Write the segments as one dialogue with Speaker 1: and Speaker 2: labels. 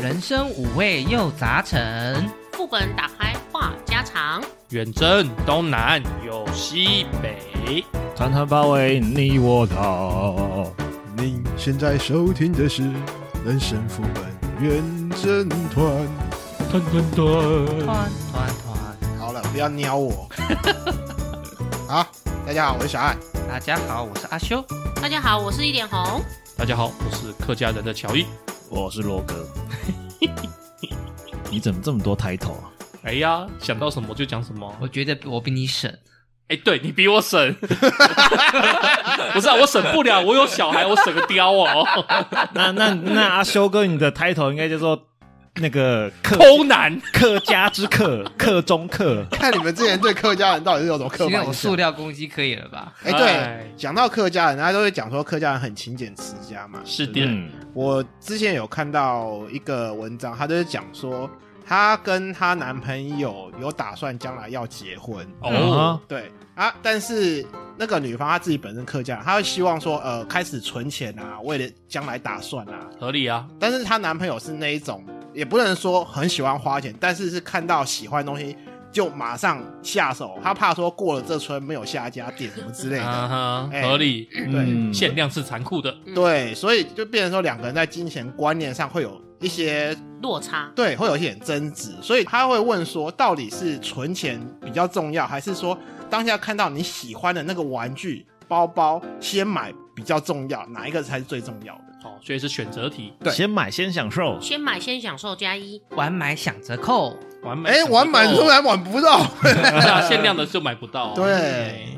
Speaker 1: 人生五味又杂陈。
Speaker 2: 副本打开话家常，
Speaker 3: 远征东南有西北，
Speaker 4: 常常包围你我他。
Speaker 5: 您现在收听的是《人生副本远征团》。
Speaker 4: 噔噔噔，
Speaker 1: 团团团，
Speaker 5: 好了，不要 瞄我。好，大家好，我是小爱。
Speaker 1: 大家好，我是阿修。
Speaker 2: 大家好，我是一点红。
Speaker 3: 大家好，我是客家人的乔伊。
Speaker 4: 我是罗哥。 你怎么这么多抬头啊？
Speaker 3: 哎呀，想到什么就讲什么。
Speaker 1: 我觉得我比你省，
Speaker 3: 哎、对你比我 省，不是、啊、我省不了，我有小孩，我省个雕 哦。
Speaker 4: 那那那阿修哥，你的抬头应该叫做那个客
Speaker 3: 偷男，
Speaker 4: 客家之客， 客中客。
Speaker 5: 看你们之前对客家人到底是有什么刻
Speaker 1: 现在
Speaker 5: 板
Speaker 1: 我
Speaker 5: 印
Speaker 1: 塑
Speaker 5: 象？
Speaker 1: 料攻击可以了吧？
Speaker 5: 哎、
Speaker 3: 哎
Speaker 5: 对，讲到客家人，大家都会讲说客家人很勤俭持家嘛。
Speaker 3: 是
Speaker 5: 对不对
Speaker 3: 的，
Speaker 4: 嗯，
Speaker 5: 我之前有看到一个文章，他就是讲说，她跟她男朋友有打算将来要结婚。
Speaker 4: 嗯啊
Speaker 3: 哦，
Speaker 5: 对啊，但是那个女方她自己本身客家人，她会希望说，呃，开始存钱啊，为了将来打算啊。
Speaker 3: 合理啊，
Speaker 5: 但是她男朋友是那一种，也不能说很喜欢花钱，但是是看到喜欢的东西就马上下手，她怕说过了这村没有下家店什么之类的。
Speaker 3: 啊哈，
Speaker 5: 哎
Speaker 3: 合理。
Speaker 5: 对
Speaker 4: 嗯
Speaker 3: 限量是残酷的，
Speaker 5: 对，所以就变成说两个人在金钱观念上会有一些
Speaker 2: 落差，
Speaker 5: 对，会有一点争执，所以他会问说，到底是存钱比较重要，还是说当下看到你喜欢的那个玩具、包包先买比较重要？哪一个才是最重要的？
Speaker 3: 哦，所以是选择题，
Speaker 5: 对
Speaker 4: 先买先享受。
Speaker 2: 先买先享受加一，
Speaker 1: 晚买享折扣，
Speaker 3: 完美。
Speaker 5: 哎，玩满突然玩不到，
Speaker 3: 不 是啊，限量的就买不到。
Speaker 5: 对
Speaker 3: 哎，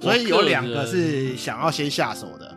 Speaker 5: 所以有两个
Speaker 3: 我人
Speaker 5: 是想要先下手的。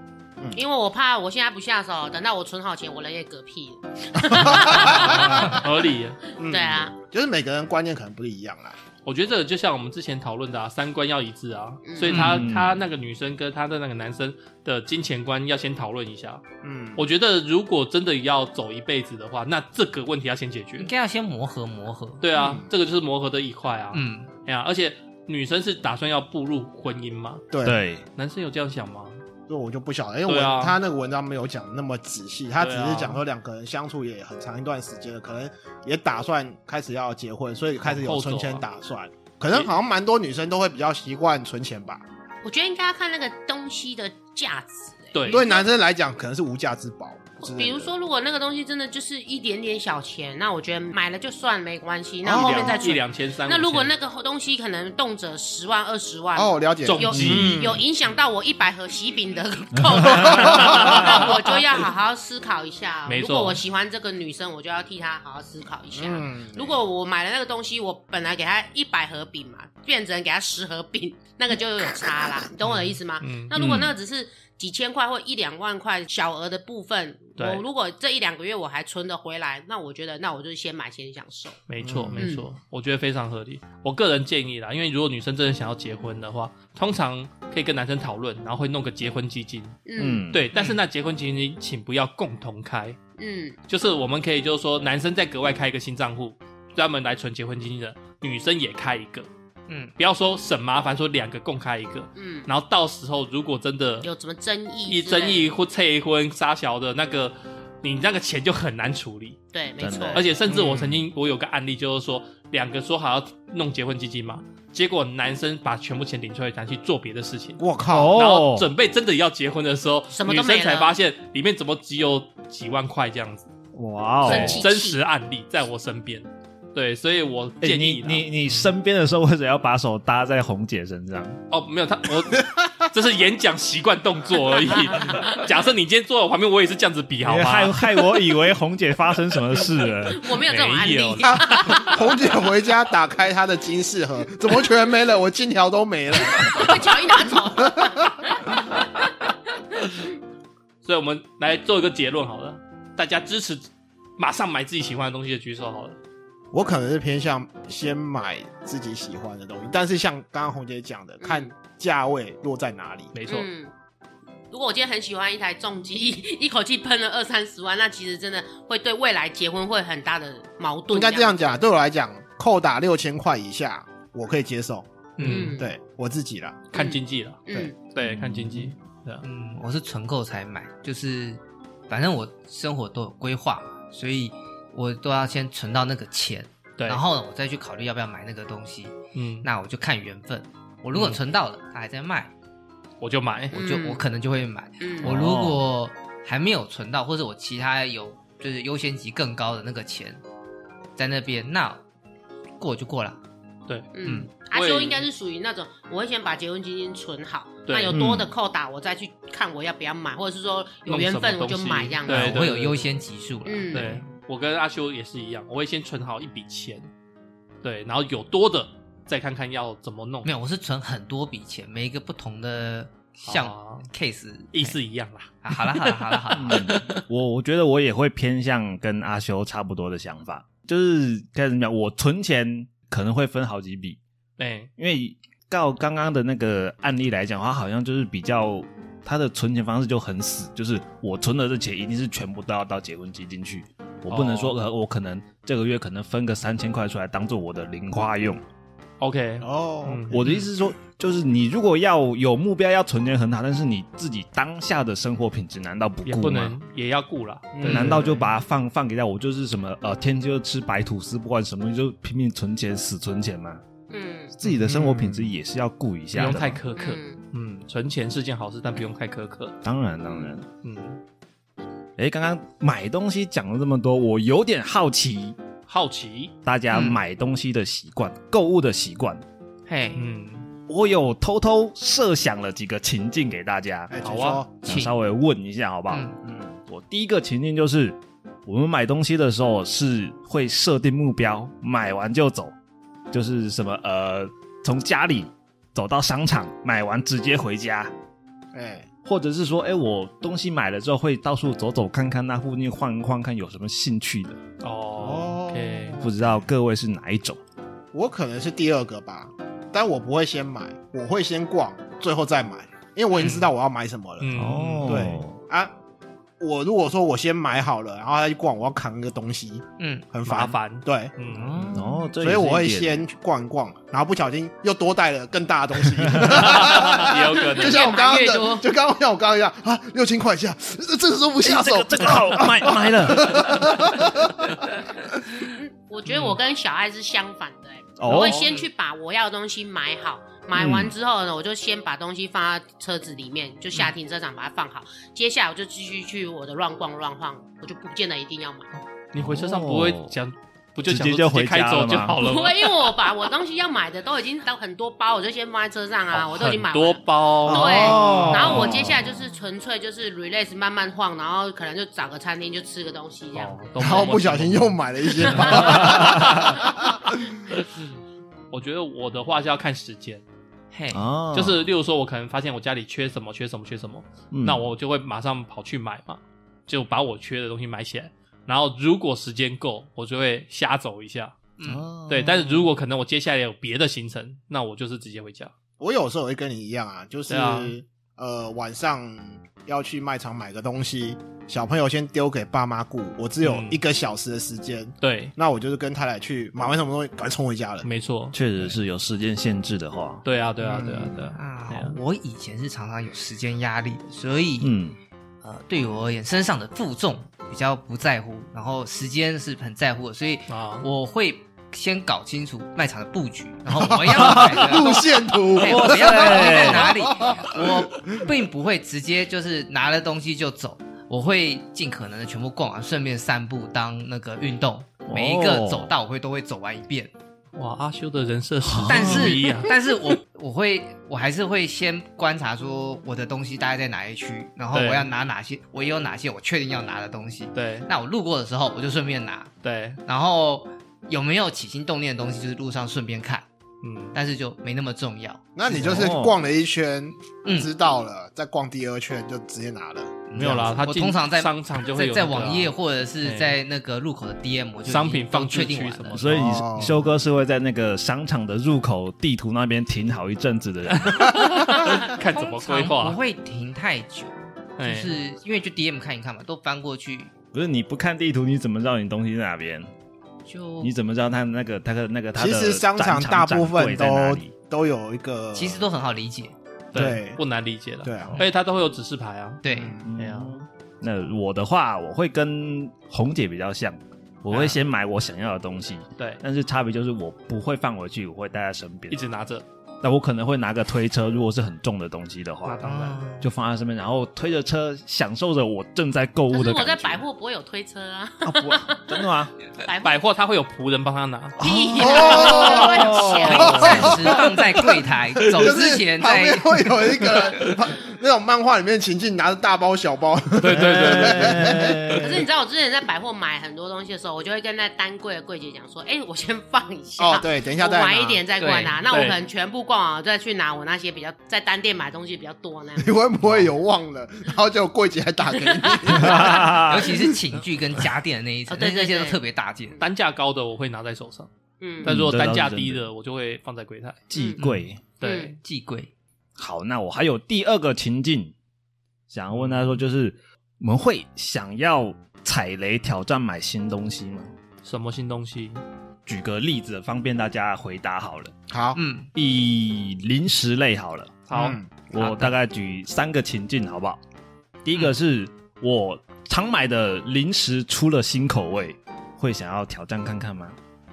Speaker 2: 因为我怕我现在不下手，等到我存好钱，我人也嗝屁了。
Speaker 3: 合哎理啊，
Speaker 5: 嗯
Speaker 2: 对，啊，
Speaker 5: 就是每个人观念可能不一样啦。
Speaker 3: 我觉得这个就像我们之前讨论的啊，三观要一致啊，所以他、
Speaker 4: 嗯
Speaker 3: 他那个女生跟他的那个男生的金钱观要先讨论一下。
Speaker 5: 嗯，
Speaker 3: 我觉得如果真的要走一辈子的话，那这个问题要先解决
Speaker 1: 应。该要先磨合磨合。
Speaker 3: 对啊，
Speaker 2: 嗯
Speaker 3: 这个就是磨合的一块啊。
Speaker 1: 嗯，
Speaker 3: 哎呀、而且女生是打算要步入婚姻嘛，
Speaker 5: 对，
Speaker 4: 对，
Speaker 3: 男生有这样想吗？
Speaker 5: 这我就不晓得，因为我、
Speaker 3: 对啊
Speaker 5: 他那个文章没有讲那么仔细，他只
Speaker 3: 对啊
Speaker 5: 是讲说两个人相处也很长一段时间了，可能也打算开始要结婚，所以开始有存
Speaker 3: 啊
Speaker 5: 钱打算。可能好像蛮多女生都会比较习惯存钱吧，
Speaker 2: 我觉得应该要看那个东西的价值、欸。
Speaker 3: 对，
Speaker 5: 对男生来讲可能是无价之宝之类的。
Speaker 2: 比如说，如果那个东西真的就是一点点小钱，那我觉得买了就算没关系，那后面再
Speaker 3: 哦一
Speaker 2: 存。
Speaker 3: 两千三。
Speaker 2: 那如果
Speaker 3: 五千
Speaker 2: 那个东西可能动辄十万、二十万，
Speaker 5: 哦，我了解，
Speaker 3: 重
Speaker 2: 有
Speaker 3: 击，
Speaker 2: 有影响到我一百盒喜饼 的购买，那我就要好好思考一下。哦
Speaker 3: 没错
Speaker 2: 如果我喜欢这个女生，我就要替她好好思考一下。
Speaker 5: 嗯，
Speaker 2: 如果我买了那个东西，我本来给她一百盒饼嘛，变成给她十盒饼，那个就有差啦，你懂我的意思吗？
Speaker 3: 嗯
Speaker 2: 那如果那个只是几千块或一两万块小额的部分，
Speaker 3: 对
Speaker 2: 我如果这一两个月我还存得回来，那我觉得那我就先买先享受。
Speaker 3: 没错，
Speaker 5: 嗯
Speaker 3: 没错，我觉得非常合理。我个人建议啦，因为如果女生真的想要结婚的话，通常可以跟男生讨论，然后会弄个结婚基金。
Speaker 2: 嗯
Speaker 4: 嗯，，
Speaker 3: 对，但是那结婚基金请不要共同开，
Speaker 2: 嗯
Speaker 3: 就是我们可以就是说，男生在格外开一个新账户，专门来存结婚基金的，女生也开一个。
Speaker 1: 嗯，
Speaker 3: 不要说省麻烦，说两个共开一个，
Speaker 2: 嗯，
Speaker 3: 然后到时候如果真的
Speaker 2: 有什么争议？
Speaker 3: 一争，议或催婚杀小的那个，你那个钱就很难处理。
Speaker 2: 对，没
Speaker 4: 真
Speaker 2: 错
Speaker 4: 的。
Speaker 3: 而且甚至我曾经我有个案例，就是说两个说好要弄结婚基金嘛，结果男生把全部钱领出来，拿去做别的事情。
Speaker 5: 我靠，
Speaker 3: 然后准备真的要结婚的时候，
Speaker 2: 什么
Speaker 3: 女
Speaker 2: 都没了
Speaker 3: 生才发现里面怎么只有几万块这样子。
Speaker 4: 哇哦！
Speaker 2: 生
Speaker 3: 对
Speaker 2: 气
Speaker 3: 真实案例在我身边，对，所以我
Speaker 4: 哎
Speaker 3: 建议
Speaker 4: 你
Speaker 3: 啦
Speaker 4: 你你身边的时候，为什么要把手搭在红姐身上？
Speaker 3: 哦，没有他，我 这是演讲习惯动作而已。假设你今天坐在我旁边，我也是这样子比好
Speaker 4: 你害
Speaker 3: 吗？
Speaker 4: 害我以为红姐发生什么事了。
Speaker 2: 我没有这种案例
Speaker 3: 没有，
Speaker 5: 红姐回家打开她的金饰盒，怎么全没了？我金条都没了。
Speaker 2: 被乔伊拿走。
Speaker 3: 所以我们来做一个结论好了，大家支持马上买自己喜欢的东西的举手好了。
Speaker 5: 我可能是偏向先买自己喜欢的东西，但是像刚刚红姐讲的，看价位落在哪里。
Speaker 3: 嗯没错，
Speaker 2: 嗯，如果我今天很喜欢一台重机， 一口气喷了二三十万，那其实真的会对未来结婚会很大的矛盾。
Speaker 5: 应该这样，讲，对我来讲，扣打六千块以下，我可以接受。
Speaker 3: 嗯，
Speaker 2: 嗯
Speaker 5: 对我自己啦，
Speaker 3: 看经济了，
Speaker 2: 嗯，
Speaker 3: 对，看经济，对啊，
Speaker 1: 嗯，我是存够才买，就是反正我生活都有规划嘛，所以我都要先存到那个钱，
Speaker 3: 对，
Speaker 1: 然后呢，我再去考虑要不要买那个东西。
Speaker 3: 嗯，
Speaker 1: 那我就看缘分。我
Speaker 5: 嗯
Speaker 1: 如果存到了，它还在卖，
Speaker 3: 我就买，
Speaker 1: 我就
Speaker 2: 嗯
Speaker 1: 我可能就会买。
Speaker 2: 嗯，
Speaker 1: 我如
Speaker 3: 哦
Speaker 1: 果还没有存到，或者我其他有就是优先级更高的那个钱在那边，那过就过了。
Speaker 2: 嗯
Speaker 1: 嗯，
Speaker 2: 阿
Speaker 3: 我也
Speaker 2: 修应该是属于那种，我会先把结婚基金存好，
Speaker 3: 对
Speaker 2: 那有多的扣打，我再去看我要不要买，或者是说有缘分我就买这样子。
Speaker 3: 对
Speaker 1: 我会有优先级数了。
Speaker 2: 嗯
Speaker 3: 对我跟阿修也是一样，我会先存好一笔钱，对，然后有多的再看看要怎么弄
Speaker 4: 哎
Speaker 1: 没，有，我是存很多笔钱，每一个不同的
Speaker 3: 哦
Speaker 1: 项 case
Speaker 3: 意思嗯一样啦。
Speaker 1: 啊。好了好了好了好了，
Speaker 4: 我我觉得我也会偏向跟阿修差不多的想法，就是该怎么讲，我存钱可能会分好几笔，
Speaker 3: 哎，
Speaker 4: 因为照刚刚的那个案例来讲，他好像就是比较他的存钱方式就很死，就是我存的这钱一定是全部都要到结婚基金去，我不能说
Speaker 3: 哦
Speaker 4: 呃我可能这个月可能分个三千块出来当做我的零花用。
Speaker 3: 嗯 OK，
Speaker 5: 哦，
Speaker 3: 嗯
Speaker 4: 我的意思是说，就是你如果要有目标要存钱很好，但是你自己当下的生活品质难道不
Speaker 3: 也
Speaker 4: 顾
Speaker 3: 不
Speaker 4: 吗？
Speaker 3: 能也要顾啦。
Speaker 5: 嗯
Speaker 4: 难道就把它放放给他？我就是什么呃，天天就吃白吐司，不管什么就拼命存钱，死存钱嘛。
Speaker 2: 嗯
Speaker 4: 自己的生活品质也是要顾一
Speaker 3: 不
Speaker 4: 下的
Speaker 3: 用
Speaker 4: 嘛。
Speaker 3: 太苛刻？
Speaker 2: 嗯，
Speaker 3: 嗯，存钱是件好事，但不用太苛刻。
Speaker 4: 当然当然。
Speaker 3: 嗯，
Speaker 4: 哎，刚刚买东西讲了这么多，我有点好奇
Speaker 3: 好奇，
Speaker 4: 大家
Speaker 1: 嗯
Speaker 4: 买东西的习惯、购物的习惯。
Speaker 1: 嘿，
Speaker 3: 嗯，
Speaker 4: 我有偷偷设想了几个情境给大家，
Speaker 5: 哎，
Speaker 3: 好
Speaker 5: 请
Speaker 3: 啊
Speaker 5: 说，
Speaker 4: 想
Speaker 1: 请
Speaker 4: 稍微问一下好不好？
Speaker 1: 嗯
Speaker 4: 嗯，我第一个情境就是，我们买东西的时候是会设定目标，买完就走，就是什么呃，从家里走到商场，买完直接回家，
Speaker 5: 哎，
Speaker 4: 或者是说，哎、我东西买了之后会到处走走看看，那附近晃一晃，看有什么兴趣的。
Speaker 3: 哦
Speaker 5: 哦
Speaker 3: ，OK，
Speaker 4: 不知道各位是哪一种？
Speaker 5: 我可能是第二个吧，但我不会先买，我会先逛，最后再买，因为我已经知道我要买什么了。
Speaker 3: 嗯，哦，
Speaker 5: 对啊，我如果说我先买好了，然后再去逛，我要扛一个东西，
Speaker 1: 嗯，
Speaker 5: 很
Speaker 3: 麻
Speaker 5: 烦。
Speaker 3: 烦，
Speaker 5: 对，
Speaker 3: 嗯，
Speaker 1: 哦，
Speaker 4: 哦，这也
Speaker 5: 所以
Speaker 4: 是一
Speaker 5: 我会
Speaker 4: 点
Speaker 5: 先去逛一逛，然后不小心又多带了更大的 东西。
Speaker 3: 也有可
Speaker 5: 就
Speaker 3: 能。
Speaker 5: 像我刚刚
Speaker 2: 越买越多
Speaker 5: 的，就刚刚像我刚刚一样啊，六千块一下，这这个都不下手，
Speaker 4: 这个 好买买了
Speaker 2: 我觉得我跟小爱是相反的、欸，我
Speaker 4: 哦
Speaker 2: 会，先去把我要的东西买好。买完之后呢，我就先把东西放到车子里面，就下停车场把它放好。接下来我就继续去我的乱逛乱晃，我就不见得一定要买。
Speaker 3: 你回车上不会讲，不就想说
Speaker 4: 哦直接就
Speaker 3: 直接
Speaker 4: 回
Speaker 3: 开
Speaker 4: 家
Speaker 3: 走
Speaker 4: 了吗
Speaker 3: 就好了吗？
Speaker 2: 不会，因为 我把我东西要买的都已经到很多包，我就先放在车上啊，
Speaker 3: 哦
Speaker 2: 我都已经买
Speaker 3: 很多
Speaker 2: 完了。
Speaker 3: 包，
Speaker 2: 对
Speaker 5: 哦
Speaker 2: 然后我接下来就是纯粹就是 release 慢慢晃，然后可能就找个餐厅就吃个东西这样。
Speaker 3: 哦
Speaker 5: 然后不小心又。买了一些包。
Speaker 3: 我觉得我的话是要看时间，
Speaker 1: 嘿，
Speaker 4: 哦
Speaker 3: 就是例如说，我可能发现我家里缺什么，缺什么，缺什么，
Speaker 4: 嗯
Speaker 3: 那我就会马上跑去买嘛，就把我缺的东西买起来。然后如果时间够，我就会瞎走一下，
Speaker 1: 嗯，
Speaker 3: 对。但是如果可能我接下来有别的行程，那我就是直接回家。
Speaker 5: 我有时候会跟你一样啊，就是、
Speaker 3: 对啊
Speaker 5: 呃晚上要去卖场买个东西，小朋友先丢给爸妈顾，我只有
Speaker 3: 嗯
Speaker 5: 一个小时的时间，
Speaker 3: 对，
Speaker 5: 那我就是跟太太去买完什么东西，赶快冲回家了。
Speaker 3: 没错，
Speaker 4: 确实是有时间限制的话，
Speaker 3: 对啊，对啊，对啊，对啊。
Speaker 1: 啊
Speaker 3: 对啊，
Speaker 1: 我以前是常常有时间压力的，所以
Speaker 4: 嗯，
Speaker 1: 呃，对我而言，身上的负重比较不在乎，然后时间是很在乎的，所以
Speaker 3: 啊
Speaker 1: 我会先搞清楚卖场的布局，然后我要买的
Speaker 5: 路线图，
Speaker 6: 哎
Speaker 1: 嘿我要买的东西在哪里，我并不会直接就是拿了东西就走，我会尽可能的全部逛完，顺便散步当那个运动，每一个
Speaker 4: 哦
Speaker 1: 走道我会都会走完一遍。
Speaker 3: 啊哇，阿修的人设是
Speaker 1: 但
Speaker 3: 哦不啊一
Speaker 1: 是
Speaker 3: 样，
Speaker 1: 但是我我会，我还是会先观察说我的东西大概在哪一区，然后
Speaker 3: 对
Speaker 1: 我要拿哪些，我也有哪些我确定要拿的东西。
Speaker 3: 对
Speaker 1: 那我路过的时候，我就顺便拿，
Speaker 3: 对，
Speaker 1: 然后有没有起心动念的东西，就是路上顺便看，
Speaker 3: 嗯，
Speaker 1: 但是就没那么重要。
Speaker 5: 那你就是逛了一圈，
Speaker 1: 嗯
Speaker 5: 知道了，再逛第二圈就直接拿了。
Speaker 3: 没有啦，他
Speaker 1: 我
Speaker 3: 进
Speaker 1: 通常在
Speaker 3: 商场就会
Speaker 1: 在
Speaker 3: 有
Speaker 1: 在
Speaker 3: 那个啊
Speaker 1: 网页或者
Speaker 3: 嘿
Speaker 1: 是在那个入口的 DM，我就已经
Speaker 3: 商品放
Speaker 1: 都确
Speaker 3: 置
Speaker 1: 定
Speaker 3: 区
Speaker 1: 完
Speaker 3: 什
Speaker 1: 了
Speaker 3: 么。
Speaker 4: 所以
Speaker 5: 哦
Speaker 4: 修哥是会在那个商场的入口地图那边停好一阵子的 人。
Speaker 3: 看怎么规划啊
Speaker 1: 通常不会停太久，就
Speaker 3: 哎
Speaker 1: 是因为就 DM 看一看嘛，都翻过去
Speaker 4: 不是你不看地图，你怎么知道你东西在哪边？
Speaker 1: 就
Speaker 4: 你怎么知道他那个他的那个他
Speaker 5: 其
Speaker 4: 的
Speaker 5: 实商
Speaker 4: 展
Speaker 5: 场大部
Speaker 4: 展柜
Speaker 5: 分
Speaker 4: 在哪
Speaker 5: 都
Speaker 4: 里
Speaker 5: 都有一个，
Speaker 1: 其实都很好理解。
Speaker 5: 对
Speaker 3: 不难理解了。
Speaker 5: 对啊
Speaker 3: 而且它都会有指示牌啊。
Speaker 1: 对，
Speaker 5: 嗯
Speaker 3: 对啊，
Speaker 4: 那我的话，我会跟红姐比较像，我会先买我想要的东西，
Speaker 5: 啊
Speaker 3: 对，
Speaker 4: 但是差别就是我不会放回去，我会带在身边
Speaker 3: 一。直拿着，
Speaker 4: 那我可能会拿个推车，如果是很重的东西的
Speaker 3: 那
Speaker 4: 话，
Speaker 3: 当
Speaker 5: 啊
Speaker 3: 然，
Speaker 5: 嗯
Speaker 1: 哦
Speaker 4: 就放在身边，然后推着车，享受着我正在购物
Speaker 2: 可是
Speaker 4: 的
Speaker 2: 我
Speaker 4: 感觉。
Speaker 2: 在百货不会有推车 啊，
Speaker 4: 啊不会真的吗？
Speaker 2: 百货
Speaker 3: 百货他会有仆人帮他拿，
Speaker 2: 屁呀，
Speaker 5: 哦
Speaker 2: 乱
Speaker 1: 可
Speaker 2: 讲
Speaker 1: 以暂时放在柜台，走之前
Speaker 5: 旁
Speaker 1: 再
Speaker 5: 边会有一个 人那种漫画里面情境拿着大包小包，
Speaker 3: 对对对对，
Speaker 4: 对
Speaker 5: 呃
Speaker 2: 可是你知道，我之前在百货买很多东西的时候，我就会跟那单柜的柜姐讲说：“哎、我先放一下，
Speaker 5: 哦，对，等一下
Speaker 2: 我
Speaker 5: 再拿
Speaker 2: 晚一点。再过来拿。”那我
Speaker 3: 对
Speaker 2: 可能全部逛完，我再去拿我那些比较在单店买东西比较多那样。
Speaker 5: 你会不会有忘了？然后就柜姐还打给你，
Speaker 1: 尤其是寝具跟家电的那一层，
Speaker 2: 哦
Speaker 1: 那
Speaker 2: 对对
Speaker 1: 那些都
Speaker 2: 对
Speaker 1: 特别大件。
Speaker 3: 单价高的我会拿在手上，
Speaker 2: 嗯，
Speaker 3: 但如果
Speaker 4: 嗯这倒
Speaker 3: 单
Speaker 4: 是
Speaker 3: 价
Speaker 4: 真
Speaker 3: 低
Speaker 4: 的
Speaker 3: 的，我就会放在柜台。
Speaker 4: 寄柜。
Speaker 3: 对，
Speaker 1: 寄柜
Speaker 4: 好，那我还有第二个情境，想要问他说，就是我们会想要踩雷挑战买新东西吗？
Speaker 3: 什么新东西？
Speaker 4: 举个例子，方便大家回答好了。
Speaker 5: 好，
Speaker 1: 嗯，
Speaker 4: 以零食类好了，
Speaker 3: 好，
Speaker 5: 嗯
Speaker 4: 我大概举三个情境好不好？第一个是我常买的零食出了新口味，会想要挑战看看吗？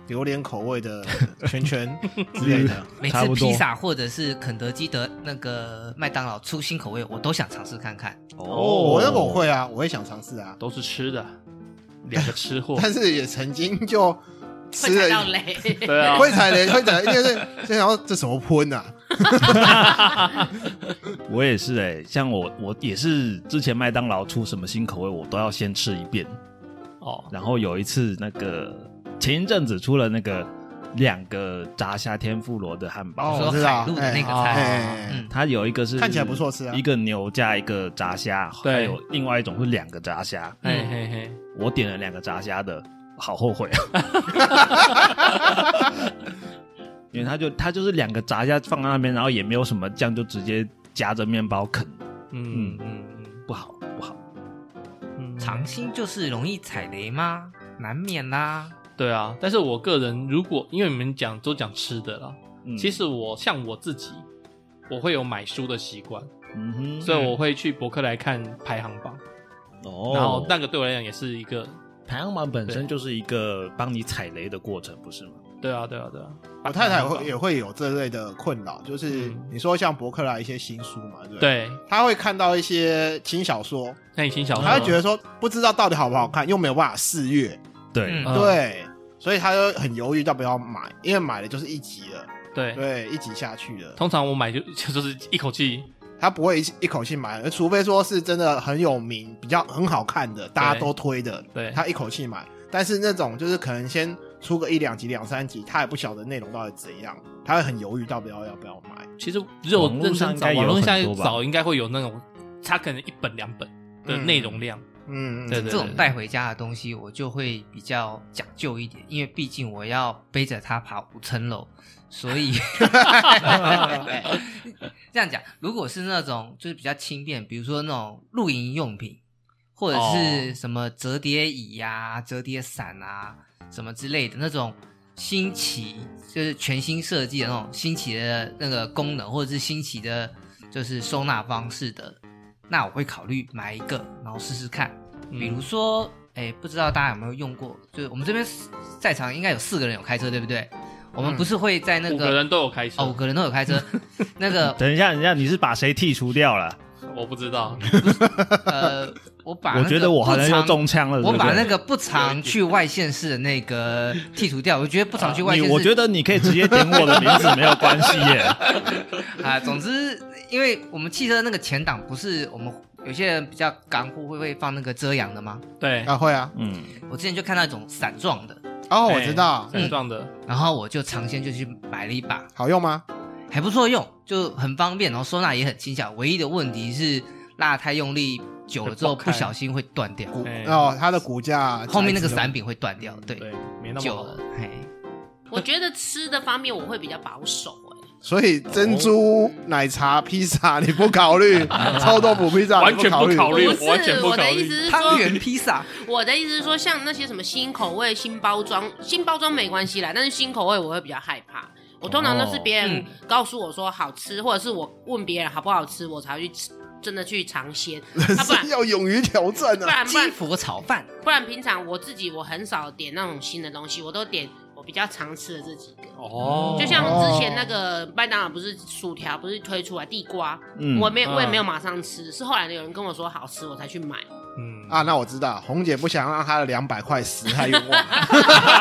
Speaker 5: 榴莲口味的圈圈之类 的，
Speaker 1: 每
Speaker 4: 差
Speaker 1: 次
Speaker 4: 不多
Speaker 1: 披萨或者是肯德基的那个麦当劳出新口味，我都想尝试看看。
Speaker 5: 哦，那个我会啊，我会想尝试啊，
Speaker 3: 都是吃的，两个吃
Speaker 1: 哦
Speaker 3: 货。
Speaker 5: 但是也曾经就
Speaker 2: 会
Speaker 5: 吃
Speaker 2: 踩
Speaker 5: 了
Speaker 2: 到雷，
Speaker 3: 对啊，
Speaker 5: 会踩雷，会踩雷，就是就想说这什么喷啊？
Speaker 4: 我也是哎、像我我也是之前麦当劳出什么新口味，我都要先吃一遍。
Speaker 3: 哦，
Speaker 4: 然后有一次那个前一阵子出了那个两个炸虾天妇罗的汉堡，
Speaker 5: 哦
Speaker 1: 说
Speaker 5: 我知道
Speaker 1: 海陆的那个
Speaker 3: 哎
Speaker 1: 菜
Speaker 5: 哎，
Speaker 1: 嗯，
Speaker 4: 它有一个是
Speaker 5: 看起来不错吃啊
Speaker 4: 一个牛加一个炸虾，
Speaker 3: 对
Speaker 4: 还有另外一种是两个炸虾，
Speaker 3: 嘿
Speaker 5: 嗯
Speaker 3: 嘿嘿，
Speaker 4: 我点了两个炸虾的，好后悔啊！ 因为它就它就是两个炸虾放在那边，然后也没有什么酱，就直接夹着面包啃，
Speaker 3: 嗯嗯
Speaker 4: 不好不好。
Speaker 3: 嗯嗯，
Speaker 1: 尝新就是容易踩雷吗？难免啦。
Speaker 3: 对啊，但是我个人如果因为你们讲都讲吃的啦，
Speaker 4: 嗯
Speaker 3: 其实我像我自己，我会有买书的习惯，
Speaker 4: 嗯哼，
Speaker 3: 所以我会去博客来看排行榜，
Speaker 4: 哦，
Speaker 3: 然后那个对我来讲也是一个，
Speaker 4: 排行榜本身
Speaker 3: 对
Speaker 4: 就是一个帮你踩雷的过程，不是吗？
Speaker 3: 对啊对啊对啊，
Speaker 5: 我太太会也会有这类的困扰，就是
Speaker 3: 嗯
Speaker 5: 你说像博客来一些新书嘛，对不对？
Speaker 3: 对，
Speaker 5: 她会看到一些轻小说，
Speaker 3: 那你新小说，哦
Speaker 5: 她会觉得说不知道到底好不好看，又没有办法试阅，
Speaker 4: 对，
Speaker 3: 嗯
Speaker 5: 对，所以她就很犹豫要不要买，因为买了就是一集了，
Speaker 3: 对，
Speaker 5: 对，一集下去了，
Speaker 3: 通常我买就就是一口气，
Speaker 5: 她不会一一口气买，除非说是真的很有名、比较很好看的，大家都推的，
Speaker 3: 对
Speaker 5: 她一口气买。但是那种就是可能先出个一两集、两三集，她也不晓得内容到底怎样，她会很犹豫到底要要不要买。
Speaker 3: 其实只有
Speaker 4: 网络
Speaker 3: 认
Speaker 4: 上
Speaker 3: 真
Speaker 4: 应
Speaker 3: 找，
Speaker 4: 该有
Speaker 3: 网络
Speaker 4: 很
Speaker 3: 上
Speaker 4: 多吧
Speaker 3: 找应该会有那种，它可能一本两本的
Speaker 5: 嗯
Speaker 3: 内容量，
Speaker 5: 嗯，嗯
Speaker 3: 对
Speaker 1: 这种带回家的东西，我就会比较讲究一点，因为毕竟我要背着它爬五层楼，所 以这样讲，如果是那种就是比较轻便，比如说那种露营用品，或者
Speaker 3: 哦
Speaker 1: 是什么折叠椅呀、折叠伞啊什么之类的那种新奇，就是全新设计的那种新奇的那个功能，或者是新奇的，就是收纳方式的，那我会考虑买一个，然后试试看。比
Speaker 3: 嗯
Speaker 1: 如说，哎、不知道大家有没有用过？就是我们这边在场应该有四个人有开车，对不对？我们不是会在那
Speaker 3: 嗯五
Speaker 1: 个、
Speaker 3: 个人都有开车
Speaker 1: 哦，五，个人都有开 车，那个
Speaker 4: 等一下，等一下，你是把谁剔除掉了？
Speaker 3: 我不知道，
Speaker 1: 呃，我把那
Speaker 4: 我
Speaker 1: 个
Speaker 4: 觉得我好像
Speaker 1: 不常
Speaker 4: 又中枪了。
Speaker 1: 我
Speaker 4: 对不
Speaker 1: 把
Speaker 4: 对
Speaker 1: 那个不常去外县市的那个剔除掉，我觉得不
Speaker 3: 啊
Speaker 1: 常去外
Speaker 4: 你
Speaker 1: 县市，
Speaker 4: 我觉得你可以直接点我的名字，没有关系耶。
Speaker 1: 啊、总之，因为我们汽车那个前挡不是我们有些人比较港户会会放那个遮阳的吗？
Speaker 3: 对，
Speaker 5: 啊，会啊，
Speaker 4: 嗯，
Speaker 1: 我之前就看到一种伞状的，
Speaker 5: 哦，我
Speaker 3: 哎
Speaker 5: 知道，
Speaker 3: 散状的，
Speaker 1: 然后我就尝鲜就去买了一把，
Speaker 5: 好用吗？
Speaker 1: 还不错用，就很方便，然后收纳也很轻巧。唯一的问题是蜡太用力久了之后
Speaker 3: 会
Speaker 1: 不
Speaker 3: 爆开
Speaker 1: 小心会断掉，
Speaker 5: 骨
Speaker 3: 哎
Speaker 5: 哦，它的骨架
Speaker 1: 后面那个
Speaker 5: 材质
Speaker 1: 伞柄会断掉，对，
Speaker 3: 对，没那么
Speaker 1: 久
Speaker 3: 好
Speaker 1: 了，嘿，
Speaker 2: 我觉得吃的方面我会比较保守、哎，
Speaker 5: 所以珍珠奶茶、披萨你不考虑， 臭豆腐披萨
Speaker 3: 完全
Speaker 5: 不
Speaker 3: 不考虑
Speaker 2: 不
Speaker 3: 完全
Speaker 2: 是
Speaker 3: 不
Speaker 2: 我
Speaker 3: 考
Speaker 2: 的
Speaker 3: 虑
Speaker 2: 意思是
Speaker 1: 汤
Speaker 2: 说，
Speaker 1: 圆披萨，
Speaker 2: 我的意思是说，像那些什么新口味、新包装，新包装没关系啦，但是新口味我会比较害怕。我通常都是别人告诉我说好吃，或者是我问别人好不好吃，我才会去吃真的去尝鲜，
Speaker 5: 人
Speaker 2: 啊不然
Speaker 5: 生要勇于挑战
Speaker 2: 不
Speaker 5: 啊！
Speaker 2: 然不
Speaker 1: 鸡
Speaker 2: 然
Speaker 1: 佛炒饭，
Speaker 2: 不然平常我自己我很少点那种新的东西，我都点我比较常吃的这几个。
Speaker 3: 哦，
Speaker 2: 嗯就像之前那个麦当劳不是薯条不是推出来地瓜，
Speaker 4: 嗯
Speaker 2: 我没有我也
Speaker 3: 嗯
Speaker 2: 没有马上吃，是后来有人跟我说好吃我才去买。
Speaker 3: 嗯
Speaker 5: 啊，那我知道，红姐不想让她的两百块死太冤枉。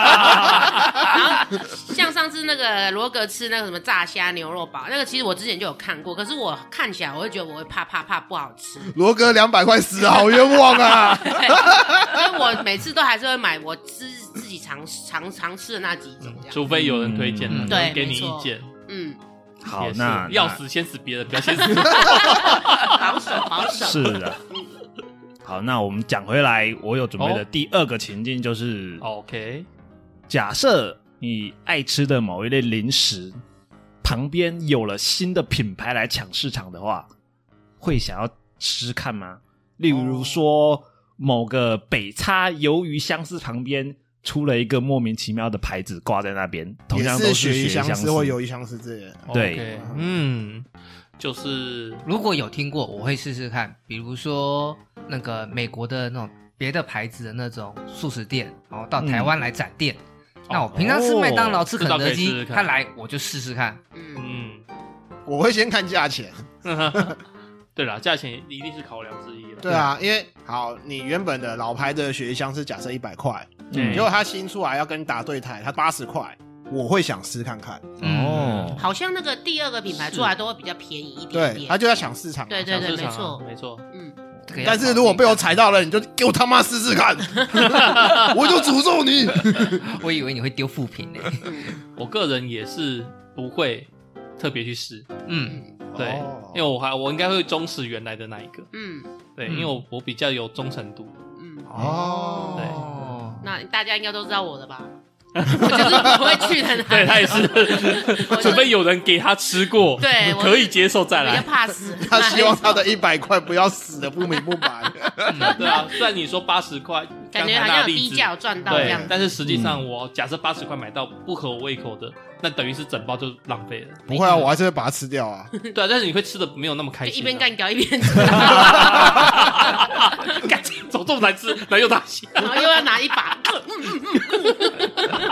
Speaker 2: 然后像上次那个罗格吃那个什么炸虾牛肉堡，那个其实我之前就有看过，可是我看起来我会觉得我会怕怕怕不好吃，
Speaker 5: 罗哥两百块死好冤枉啊！
Speaker 2: 对所以我每次都还是会买我自自己常常常吃的那几种这样。
Speaker 3: 除非有人推荐
Speaker 4: 嗯
Speaker 3: 了，有
Speaker 4: 嗯
Speaker 3: 人
Speaker 2: 对
Speaker 3: 给你
Speaker 2: 没
Speaker 3: 意
Speaker 2: 错
Speaker 3: 见。
Speaker 2: 嗯，
Speaker 4: 好
Speaker 3: 也，是
Speaker 4: 那
Speaker 3: 要
Speaker 4: 那
Speaker 3: 死先死别人，不要先死。
Speaker 2: 保守保守。
Speaker 4: 是的。好，那我们讲回来，我有准备的
Speaker 3: 哦
Speaker 4: 第二个情境就是，
Speaker 3: OK，
Speaker 4: 假设你爱吃的某一类零食旁边有了新的品牌来抢市场的话，会想要吃吃看吗？例如说，某个北叉鱿鱼香丝旁边出了一个莫名其妙的牌子挂在那边，同
Speaker 5: 也
Speaker 4: 样都
Speaker 5: 鳕
Speaker 4: 鳕
Speaker 5: 鱼
Speaker 4: 鱼
Speaker 5: 相
Speaker 4: 丝
Speaker 5: 思或鱿鱼相思之类的。
Speaker 4: 对
Speaker 3: OK，嗯，就是
Speaker 1: 如果有听过，我会试试看。比如说那个美国的那种别的牌子的那种素食店，然后到台湾来展店。那我平常吃麦当劳、吃肯德
Speaker 3: 这倒可以试
Speaker 1: 基，
Speaker 3: 试看
Speaker 1: 他来我就试试看。
Speaker 2: 嗯，
Speaker 3: 嗯，
Speaker 5: 我会先看价钱。
Speaker 3: 对了，价钱一定是考量之一了。
Speaker 5: 对啊，因为好，你原本的老牌的雪香是假设一百块，
Speaker 3: 嗯
Speaker 5: 结果它新出来要跟你打对台，它八十块，我会想试看看。
Speaker 1: 嗯，
Speaker 4: 哦，
Speaker 2: 好像那个第二个品牌出来都会比较便宜一点
Speaker 5: 对，
Speaker 2: 点
Speaker 5: 它。就要抢市场啊。
Speaker 2: 对
Speaker 3: 抢
Speaker 2: 对
Speaker 3: 市场啊
Speaker 2: 没
Speaker 3: 没错，
Speaker 2: 嗯，
Speaker 1: 这个要
Speaker 5: 但是如果被我踩到了，你就给我他妈试试看，我就诅咒你。
Speaker 1: 考虑一下，我以为你会丢副品呢。
Speaker 3: 我个人也是不会特别去试，
Speaker 1: 嗯，
Speaker 3: 对，
Speaker 5: 哦
Speaker 3: 因为我还我应该会忠实原来的那一个，
Speaker 2: 嗯
Speaker 3: 对，
Speaker 1: 嗯
Speaker 3: 因为我我比较有忠诚度，
Speaker 2: 嗯，
Speaker 5: 哦，
Speaker 1: 哦，
Speaker 2: 那大家应该都知道我的吧？我就是不会去的那一个。
Speaker 3: 对他 也是
Speaker 2: 我，就
Speaker 3: 除非有人给他吃过，
Speaker 2: 对我
Speaker 3: 可以接受再
Speaker 2: 比较
Speaker 3: 来，
Speaker 2: 怕死。
Speaker 5: 他希望他的一百块不要死的不明不白。
Speaker 3: 对啊，虽然你说八十块，
Speaker 2: 感觉
Speaker 3: 刚
Speaker 2: 好
Speaker 3: 才那
Speaker 2: 像有
Speaker 3: 例
Speaker 2: 低
Speaker 3: 子
Speaker 2: 价有赚到一
Speaker 3: 对
Speaker 2: 样，。
Speaker 3: 但是实际上
Speaker 5: 嗯
Speaker 3: 我假设八十块买到不合我胃口的，那等于是整包就浪费了。
Speaker 5: 不会啊，我还是会把它吃掉啊。
Speaker 3: 对啊，但是你会吃的没有那么开
Speaker 2: 就
Speaker 3: 心啊、
Speaker 2: 一边干掉一边吃，
Speaker 3: 哦干，走这么难吃，哪有大虾？
Speaker 2: 然后又要拿一把，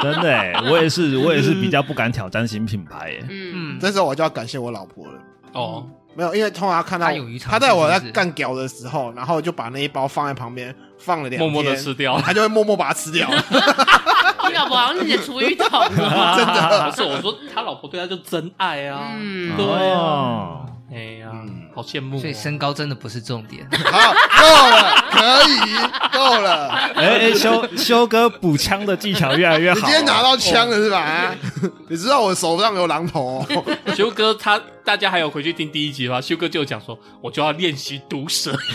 Speaker 4: 真的欸，我也是，我也是比较不敢挑战新品牌耶。
Speaker 2: 嗯，
Speaker 1: 嗯，
Speaker 5: 这时候我就要感谢我老婆了。
Speaker 3: 哦，
Speaker 5: 没有，因为通常看到
Speaker 1: 他勇于尝试
Speaker 5: 他在我在
Speaker 1: 是不是
Speaker 5: 干屌的时候，然后就把那一包放在旁边放了两
Speaker 3: 默
Speaker 5: 天，
Speaker 3: 默的吃掉。
Speaker 5: 他就会默默把它吃掉。
Speaker 3: 嗯
Speaker 2: 你老婆好像是你的厨余 桶哦，
Speaker 5: 真的
Speaker 3: 不是我说，他老婆对他就真爱啊。
Speaker 2: 嗯，
Speaker 3: 对啊
Speaker 4: 哦，
Speaker 3: 哎呀
Speaker 5: 嗯，
Speaker 3: 好羡慕哦。
Speaker 1: 所以身高真的不是重点。
Speaker 5: 好，够了，可以，够了。
Speaker 4: 哎哎，修修哥补枪的技巧越来越
Speaker 5: 你
Speaker 4: 好。啊
Speaker 5: 今天拿到枪了是吧？啊你知道我手上有榔 头哦、
Speaker 3: 修哥他大家还有回去听第一集吧？修哥就有讲说，我就要练习毒舌。